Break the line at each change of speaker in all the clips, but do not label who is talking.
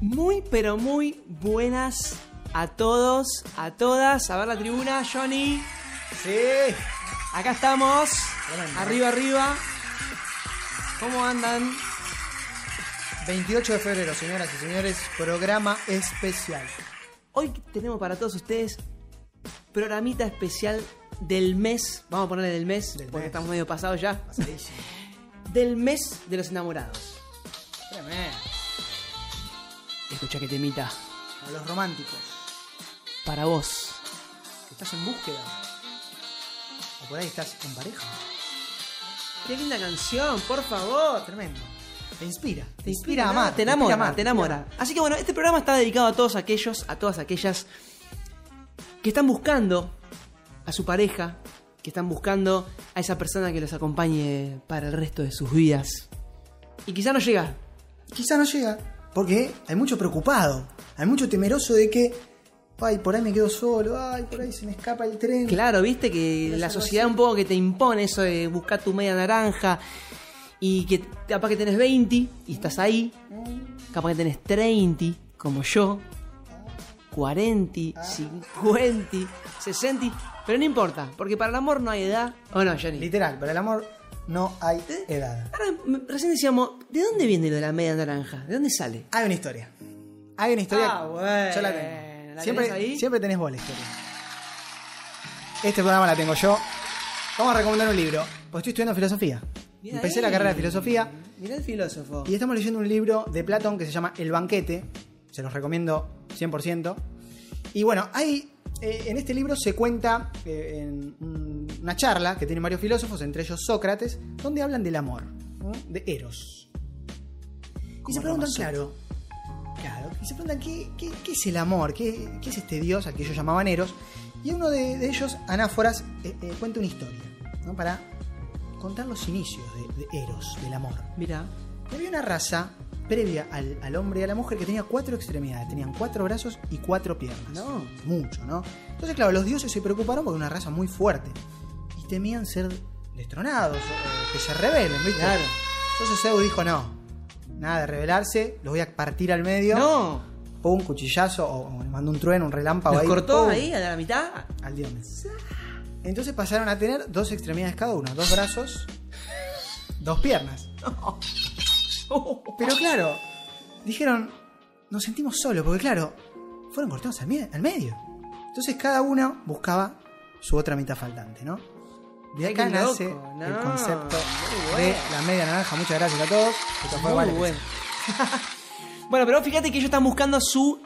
Muy, pero muy buenas a todos, a todas. A ver la tribuna, Johnny.
Sí.
Acá estamos.
Tremendo. ¿eh?
Arriba, arriba. ¿Cómo andan?
28 de febrero, señoras y señores, programa especial.
Hoy tenemos para todos ustedes programita especial del mes. Vamos a ponerle del mes,
Del
porque
mes.
estamos medio pasados ya.
Pasadísimo.
Del mes de los enamorados.
Tremendo.
Escucha que temita.
A los románticos.
Para vos.
que Estás en búsqueda. O por ahí estás en pareja.
Qué linda canción, por favor.
Tremendo. Te inspira.
Te inspira a amar, te
inspira a
enamora,
amar,
te enamora. Así que bueno, este programa está dedicado a todos aquellos, a todas aquellas que están buscando a su pareja, que están buscando a esa persona que los acompañe para el resto de sus vidas. Y quizá no llega.
Quizá no llega, porque hay mucho preocupado, hay mucho temeroso de que, ay, por ahí me quedo solo, ay, por ahí se me escapa el tren.
Claro, viste que
Pero
la
eso no
sociedad
es-
un poco que te impone eso de buscar tu media naranja y que capaz que tenés 20 y estás ahí, capaz que tenés 30 como yo, 40, 50, 60, pero no importa, porque para el amor no hay edad. ¿O no, Johnny?
Literal, para el amor no hay edad.
Ahora, m- recién decíamos, ¿de dónde viene lo de la media naranja? ¿De dónde sale?
Hay una historia. Hay una historia.
Ah, bueno.
Yo la
¿La
tengo. Siempre,
tenés ahí?
siempre tenés vos la historia. Este programa la tengo yo. Vamos a recomendar un libro. Pues estoy estudiando filosofía.
Bien
Empecé
ahí.
la carrera de filosofía
Mirá el filósofo.
y estamos leyendo un libro de Platón que se llama El banquete. Se los recomiendo 100%. Y bueno, hay. eh, en este libro se cuenta eh, en un- una charla que tienen varios filósofos, entre ellos Sócrates, donde hablan del amor, ¿no? de Eros. Y se
Roma
preguntan,
Sutra.
claro. Claro, y se preguntan qué, qué- qué es el amor, ¿Qué, qué es este dios al que ellos llamaban Eros. Y uno de, de ellos, Anáforas, eh, eh, cuenta una historia, ¿no? Para contar los inicios de- de Eros, del amor.
Mirá.
Había una raza previa al, al hombre y a la mujer que tenía cuatro extremidades, tenían cuatro brazos y cuatro piernas.
No.
Mucho, ¿no? Entonces, claro, los dioses se preocuparon porque era una raza muy fuerte y temían ser destronados, o, o que se rebelen, ¿viste?
Claro.
Entonces Zeus dijo, no, nada de rebelarse, los voy a partir al medio.
No.
Pum, un cuchillazo, o, o le mandó un trueno, un relámpago
¿Los
ahí.
cortó
pum,
ahí a la mitad?
Al Diomedes. Entonces pasaron a tener dos extremidades cada uno, dos brazos, dos piernas.
Oh.
Pero claro, dijeron, nos sentimos solos, porque claro, fueron cortados al, mie- al medio. Entonces cada uno buscaba su otra mitad faltante, ¿no? De
Ay,
acá
qué
nace
loco,
el
no,
concepto
muy
de
bueno.
la media naranja. Muchas gracias a todos. Esto fue
Muy
Vale
bueno. bueno, pero fíjate que ellos están buscando su.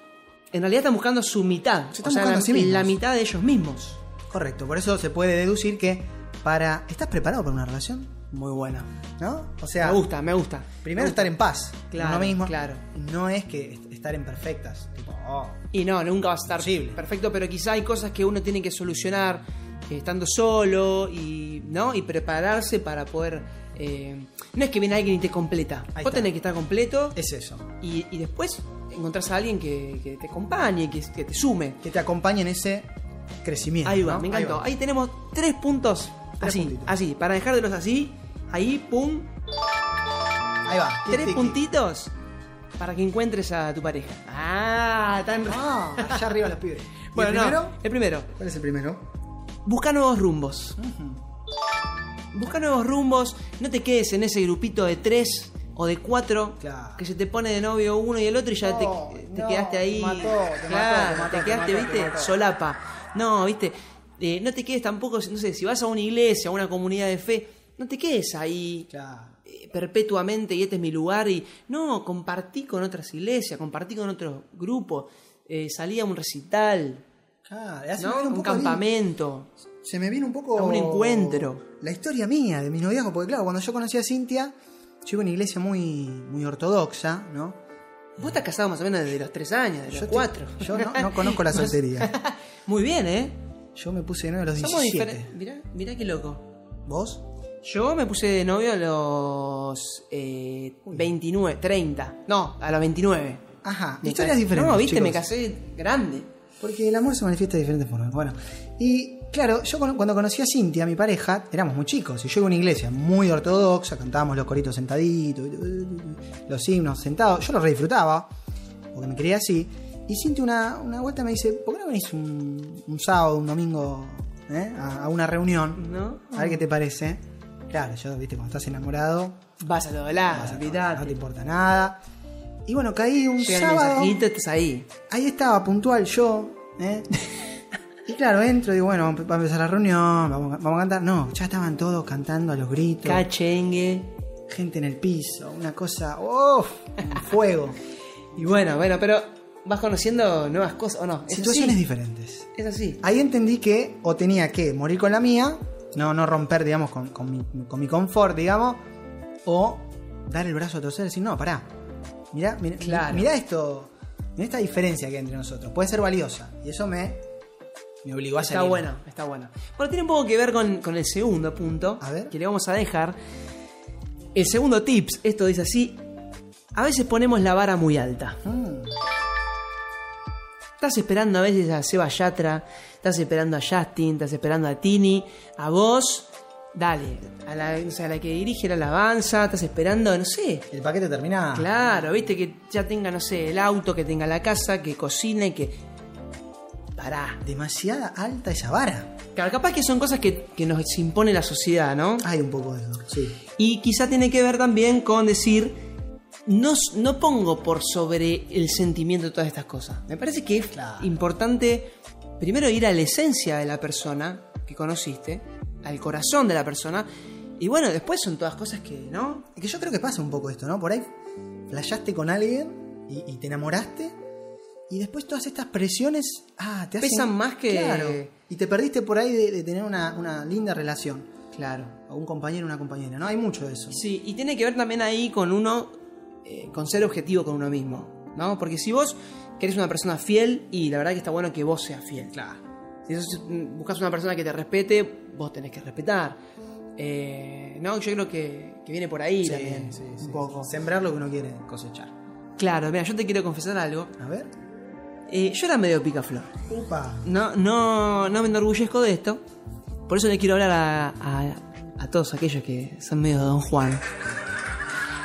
En realidad están buscando su mitad.
Se están
o sea,
buscando
la,
a sí mismos.
la mitad de ellos mismos.
Pizza. Correcto, por eso se puede deducir que para... ¿Estás preparado para una relación?
Muy buena.
¿No? O sea,
me gusta, me gusta.
primero
Me gusta.
estar en paz.
Claro,
uno mismo.
claro.
No es que est- estar en perfectas. Tipo, oh,
Y no, nunca vas a estar
Posible.
perfecto, pero quizá hay cosas que uno tiene que solucionar eh, estando solo y no y prepararse para poder. eh, no es que viene alguien y te completa.
Ahí
Vos
está.
tenés que estar completo
es eso.
y, y después encontrás a alguien que, que te acompañe, que, que te sume.
Que te acompañe en ese crecimiento.
Ahí va,
¿no?
me encantó. Ahí, tenemos tres puntos.
Tres
así,
puntitos.
así. Para dejártelos así, ahí, pum,
Ahí va. Tic,
tres
tic, tic.
puntitos para que encuentres a tu pareja. Ah, tan.
Ah, allá arriba los pibes. ¿Y
Bueno,
el
no,
primero?
el primero.
¿Cuál es el primero?
Busca nuevos rumbos. Busca nuevos rumbos. No te quedes en ese grupito de tres o de cuatro
Claro.
que se te pone de novio uno y el otro y ya
No,
te, te
no,
quedaste
te
ahí.
mató, te mató, te
Claro,
mató,
te
te
quedaste,
mató,
viste,
te mató.
solapa. No, viste. Eh, no te quedes tampoco, no sé, si vas a una iglesia, a una comunidad de fe, no te quedes ahí
Claro.
eh, perpetuamente y este es mi lugar y no, compartí con otras iglesias, compartí con otros grupos, eh, salí a un recital,
Claro, hace
¿no?
ver
un,
poco
campamento.
ahí- se me viene un poco.
A un encuentro.
La historia mía de mi noviazgo, porque claro, cuando yo conocí a Cintia, yo iba a una iglesia muy, muy ortodoxa, ¿no?
Vos estás casado más o menos desde los tres años, desde
Yo
los
te-
cuatro.
yo no- no conozco la soltería.
Muy bien, ¿eh?
Yo me puse de novio a los
Somos
17.
diferentes. Mirá, mirá qué loco.
¿Vos?
Yo me puse de novio a los eh, 29, 30. No, a los 29.
Ajá,
Me
historias
ca-
diferentes.
No, viste, me
chicos.
casé grande.
Porque el amor se manifiesta de diferentes formas. Bueno, y claro, yo cuando- cuando conocí a Cintia, mi pareja, éramos muy chicos. Y yo iba a una iglesia muy ortodoxa, cantábamos los coritos sentaditos, los himnos sentados. Yo los re disfrutaba. porque me crié así. Y siente una, una vuelta y me dice, ¿por qué no venís un, un sábado, un domingo eh, a, a una reunión?
¿No?
A ver qué te parece. Claro, yo, viste, cuando estás enamorado,
Vas a todos
vas
lados,
a-
olvidate.
no te importa nada. Y bueno, caí un
Llega el
sábado.
mensajito, estás ahí.
Ahí estaba, puntual yo. ¿eh? Y claro, entro y digo, bueno, va a empezar la reunión, vamos, a- vamos a cantar. No, ya estaban todos cantando a los gritos.
Cachengue.
gente en el piso, una cosa, ¡Uf! un fuego.
Y bueno, bueno, pero vas conociendo nuevas cosas, ¿o no? Eso
Situaciones
sí,
diferentes.
Es así.
Ahí entendí que o tenía que morir con la mía, no, no romper, digamos, con, con mi, con mi confort, digamos, o dar el brazo a torcer y decir, no, pará, mirá, mirá,
Claro.
mirá esto, mirá esta diferencia que hay entre nosotros, puede ser valiosa. Y eso me, me obligó a salir.
Está bueno, está bueno. Bueno, tiene un poco que ver con, con el segundo punto
A ver.
que le vamos a dejar. El segundo tips, esto dice así. A veces ponemos la vara muy alta.
Mm,
Estás esperando a veces a Seba Yatra, estás esperando a Justin, estás esperando a Tini, a vos. Dale, a la, o sea, a la que dirige la alabanza, estás esperando, no sé,
el paquete terminado.
Claro, viste que ya tenga, no sé, el auto, que tenga la casa, que cocine, que. Pará.
Demasiada alta esa vara.
Claro, capaz que son cosas que, que nos impone la sociedad, ¿no?
Hay un poco de eso, sí.
Y quizá tiene que ver también con decir. No, s- no pongo por sobre el sentimiento todas estas cosas. Me parece que es
Claro.
importante primero ir a la esencia de la persona que conociste, al corazón de la persona. Y bueno, después son todas cosas que, ¿no?
Es que yo creo que pasa un poco esto, ¿no? Por ahí flashaste con alguien y, y te enamoraste y después todas estas presiones ah, te hacen-
Pesan más que-
Claro. Y te perdiste por ahí de, de tener una, una linda relación.
Claro.
O un compañero, una compañera, ¿no? Hay mucho de eso.
Sí, y tiene que ver también ahí con uno, eh, con ser objetivo con uno mismo, ¿no? Porque si vos querés una persona fiel, y la verdad que está bueno que vos seas fiel.
Claro.
Si sos- mm, buscas una persona que te respete, vos tenés que respetar. Eh, no, yo creo que, que viene por ahí
Sí,
también,
sí,
un
sí.
poco.
Sembrar lo que uno quiere cosechar.
Claro, mira, yo te quiero confesar algo.
A ver.
Eh, yo era medio picaflor.
Upa.
No, no, no me enorgullezco de esto. Por eso le quiero hablar a, a- a todos aquellos que son medio Don Juan.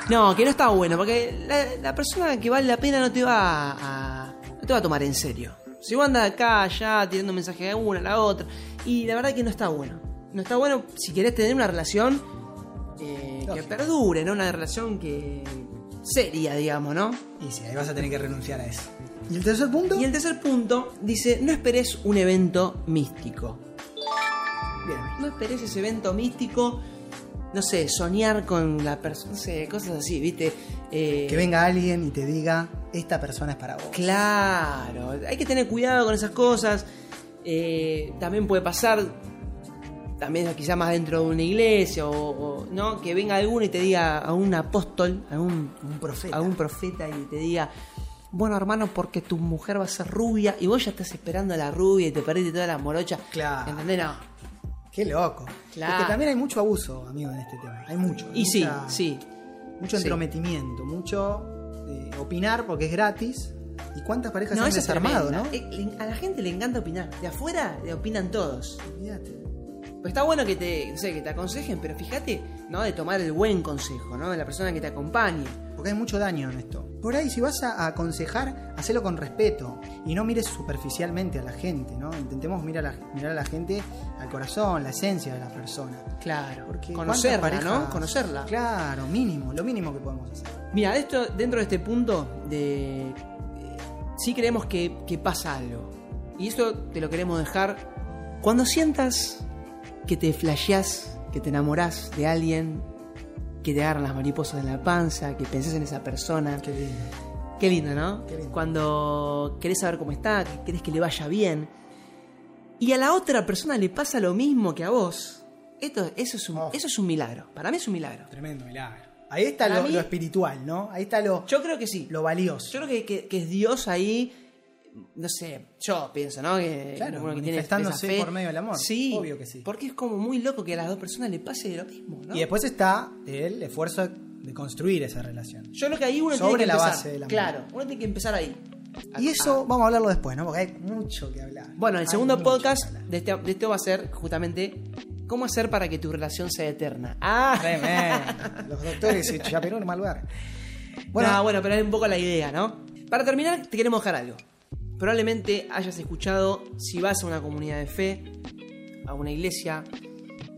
No, que no está bueno, porque la, la persona que vale la pena no te va a, a- no te va a tomar en serio. Si vos andas acá, allá, tirando mensajes a una, a la otra. Y la verdad que no está bueno. No está bueno si querés tener una relación eh, que
Lógico.
perdure, ¿no? Una relación que. seria, digamos, ¿no?
Y sí, ahí vas a tener que renunciar a eso. ¿Y el tercer punto?
Y el tercer punto dice: no esperes un evento místico.
Bien.
No esperes ese evento místico, no sé, soñar con la persona, no sé, cosas así, ¿viste? Eh,
Que venga alguien y te diga, esta persona es para vos.
Claro, hay que tener cuidado con esas cosas. Eh, también puede pasar, también quizá más dentro de una iglesia, o, o, no, que venga alguno y te diga a un apóstol, a un,
Un profeta.
a un profeta y te diga, bueno hermano, porque tu mujer va a ser rubia y vos ya estás esperando a la rubia y te perdiste toda la morocha.
Claro.
¿Entendés? No.
Qué loco.
Claro.
Es que también hay mucho abuso, amigo, en este tema. Hay mucho.
Y sí,
mucha-
sí.
Mucho
Sí.
entrometimiento, mucho eh, opinar porque es gratis. ¿Y cuántas parejas se han
eso es
desarmado, no?
tremenda. Eh, le- A la gente le encanta opinar. De afuera le opinan todos.
Olvídate.
Pues está bueno que te, no sé, que te aconsejen, pero fíjate, ¿no? De tomar el buen consejo, ¿no? De la persona que te acompañe.
Porque hay mucho daño en esto. Por ahí, si vas a, a aconsejar, hacelo con respeto y no mires superficialmente a la gente, ¿no? Intentemos mirar a la, mirar a la gente al corazón, la esencia de la persona.
Claro. Porque
¿cuántas
conocerla, ¿no?
parejas-
Conocerla.
Claro, mínimo, lo mínimo que podemos hacer.
Mira, de esto, dentro de este punto, de. eh, sí creemos que, que pasa algo. Y esto te lo queremos dejar. Cuando sientas que te flasheás, que te enamorás de alguien, que te agarran las mariposas de la panza, que pensás en esa persona.
Qué lindo.
Qué lindo, ¿no?
Qué lindo.
Cuando querés saber cómo está, que querés que le vaya bien. Y a la otra persona le pasa lo mismo que a vos. Esto, eso, es un,
Oh.
eso es un milagro. Para mí es un milagro.
Tremendo milagro. Ahí está
Para
lo,
mí-
lo espiritual, ¿no? Ahí está lo,
Yo creo que sí.
lo valioso.
Yo creo que, que- que es Dios ahí. No sé, yo pienso, ¿no? Que
Claro,
uno que tiene esa
manifestándose
fe.
por medio del amor.
Sí,
Obvio que sí.
Porque es como muy loco que a las dos personas le pase lo mismo, ¿no?
Y después está el esfuerzo de construir esa relación.
yo creo que ahí uno tiene
Sobre
que
la
empezar.
base del amor.
Claro, uno tiene que empezar ahí.
Y
A- a-
eso vamos a hablarlo después, ¿no? Porque hay mucho que hablar.
Bueno, el
Hay
segundo
mucho
podcast
que hablar.
de este, de este va a ser justamente cómo hacer para que tu relación sea eterna. Ah,
eh, Tremendo. Los doctores se chaperón mal lugar.
bueno,
Bueno,
bueno, pero es un poco la idea, ¿no? Para terminar, te queremos dejar algo. Probablemente hayas escuchado, si vas a una comunidad de fe, a una iglesia,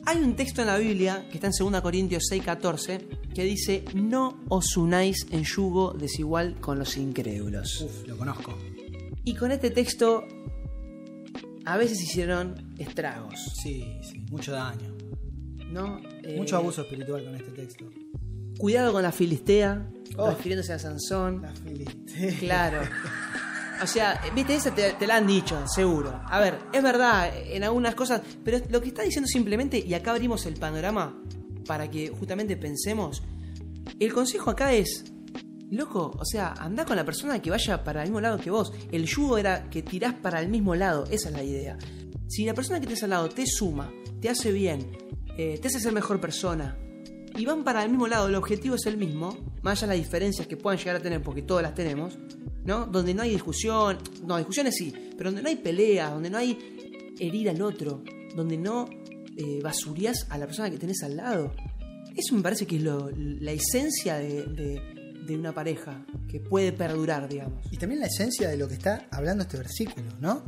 hay un texto en la Biblia que está en 2 Corintios 6:14 que dice, no os unáis en yugo desigual con los incrédulos.
Uf, lo conozco.
Y con este texto a veces hicieron estragos,
Sí, sí, mucho daño.
¿no? Eh,
Mucho abuso espiritual con este texto.
Cuidado con la filistea,
Oh.
refiriéndose a Sansón.
La filistea.
Claro. O sea, viste, esa te, te la han dicho, seguro. A ver, es verdad en algunas cosas, pero lo que está diciendo simplemente, y acá abrimos el panorama para que justamente pensemos, el consejo acá es, loco, o sea, anda con la persona que vaya para el mismo lado que vos. El yugo era que tirás para el mismo lado, esa es la idea. Si la persona que te al lado te suma, te hace bien, eh, te hace ser mejor persona, y van para el mismo lado, el objetivo es el mismo, más allá de las diferencias que puedan llegar a tener, porque todas las tenemos, ¿no? Donde no hay discusión, no, discusiones sí, pero donde no hay peleas, donde no hay herir al otro, donde no eh, basurías a la persona que tenés al lado. Eso me parece que es lo- la esencia de, de- de una pareja que puede perdurar, digamos.
Y también la esencia de lo que está hablando este versículo, ¿no?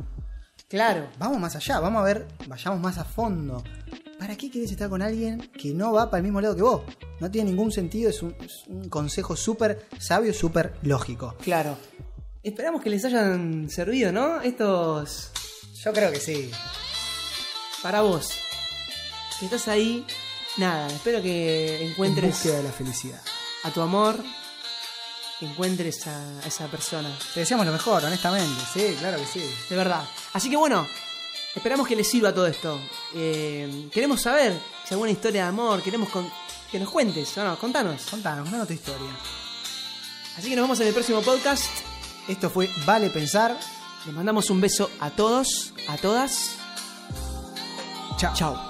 Claro,
Vamos más allá, vamos a ver, vayamos más a fondo. ¿Para qué querés estar con alguien que no va para el mismo lado que vos? No tiene ningún sentido, es un, es un consejo súper sabio, súper lógico.
claro. Esperamos que les hayan servido, ¿no? Estos
Yo creo que sí.
para vos. Si estás ahí, nada, espero que
En
encuentres
búsqueda de la felicidad.
a tu amor, que encuentres a esa persona,
Te deseamos lo mejor, honestamente. Sí, claro que sí.
de verdad. Así que bueno, esperamos que les sirva todo esto. Eh, queremos saber si alguna historia de amor, queremos con- que nos cuentes, ¿o no? Contanos.
Contanos, contanos tu historia.
Así que nos vemos en el próximo podcast.
Esto fue Vale Pensar.
Les mandamos un beso a todos, a todas.
Chao.
Chao.